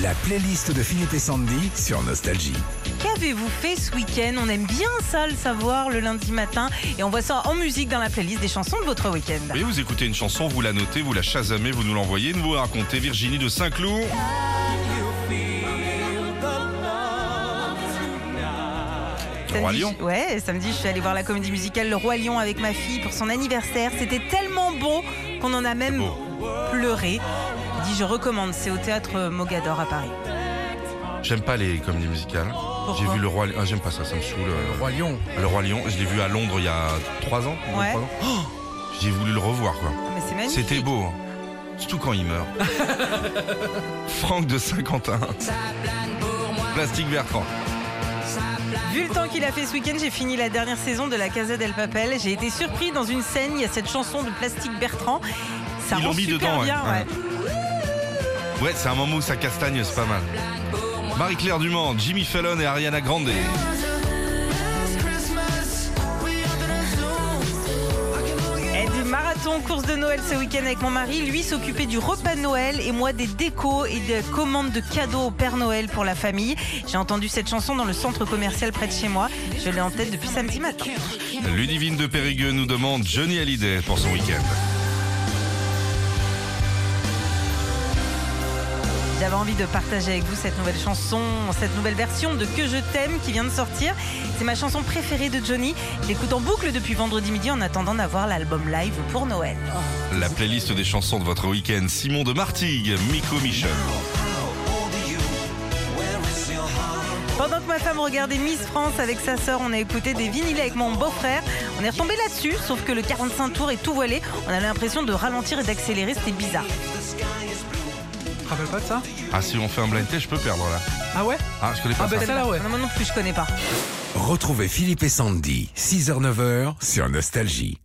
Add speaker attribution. Speaker 1: La playlist de Philippe et Sandy sur Nostalgie.
Speaker 2: Qu'avez-vous fait ce week-end On aime bien ça, le savoir, le lundi matin. Et on voit ça en musique dans la playlist des chansons de votre week-end.
Speaker 3: Et vous écoutez une chanson, vous la notez, vous la chasamez, vous nous l'envoyez, nous vous la racontez. Virginie de Saint-Cloud. Le Roi
Speaker 2: Samedi,
Speaker 3: Lion.
Speaker 2: je- Ouais, samedi, je suis allée voir la comédie musicale Le Roi Lion avec ma fille pour son anniversaire. C'était tellement beau qu'on en a même
Speaker 3: beau.
Speaker 2: pleuré. Dit, je recommande, c'est au théâtre Mogador à Paris.
Speaker 3: J'aime pas les comédies musicales. J'ai vu le roi. Lion- Ah, j'aime pas ça, ça me saoule. Le roi Lion. Le roi Lion. Je l'ai vu à Londres il y a trois ans. deux,
Speaker 2: Ouais.
Speaker 3: trois ans. Oh J'ai voulu le revoir. quoi.
Speaker 2: Ah, Mais c'est magnifique.
Speaker 3: C'était beau. hein. Surtout quand il meurt. Franck de Saint-Quentin. Plastique Bertrand.
Speaker 2: Vu le temps qu'il a fait ce week-end, j'ai fini la dernière saison de la Casa del Papel. J'ai été surpris dans une scène, il y a cette chanson de Plastique Bertrand. Ça
Speaker 3: Ils
Speaker 2: rend
Speaker 3: l'ont mis
Speaker 2: super
Speaker 3: dedans, ouais.
Speaker 2: bien, ouais.
Speaker 3: Ouais, c'est un moment où ça castagne, c'est pas mal. Marie-Claire Dumont, Jimmy Fallon et Ariana Grande.
Speaker 2: Et du marathon course de Noël ce week-end avec mon mari. Lui s'occupait du repas de Noël et moi des décos et des commandes de cadeaux au Père Noël pour la famille. J'ai entendu cette chanson dans le centre commercial près de chez moi. Je l'ai en tête depuis samedi matin.
Speaker 3: Ludivine de Périgueux nous demande Johnny Hallyday pour son week-end.
Speaker 2: J'avais envie de partager avec vous cette nouvelle chanson, cette nouvelle version de Que je t'aime qui vient de sortir. C'est ma chanson préférée de Johnny. Je l'écoute en boucle depuis vendredi midi en attendant d'avoir l'album live pour Noël.
Speaker 3: La playlist des chansons de votre week-end, Simon de Martigues, Miko Michel.
Speaker 2: Pendant que ma femme regardait Miss France avec sa sœur, on a écouté des vinyles avec mon beau-frère. On est retombé là-dessus, sauf que le 45 tours est tout voilé. On avait l'impression de ralentir et d'accélérer, c'était bizarre.
Speaker 4: te rappelles pas de ça
Speaker 3: Ah si on fait un blind test, je peux perdre là.
Speaker 4: Ah ouais
Speaker 3: Ah je connais pas
Speaker 4: Ah
Speaker 3: ça.
Speaker 4: ben celle-là ouais.
Speaker 2: Non, Moi non plus, je connais pas.
Speaker 1: Retrouvez Philippe et Sandy, 6h-9h sur Nostalgie.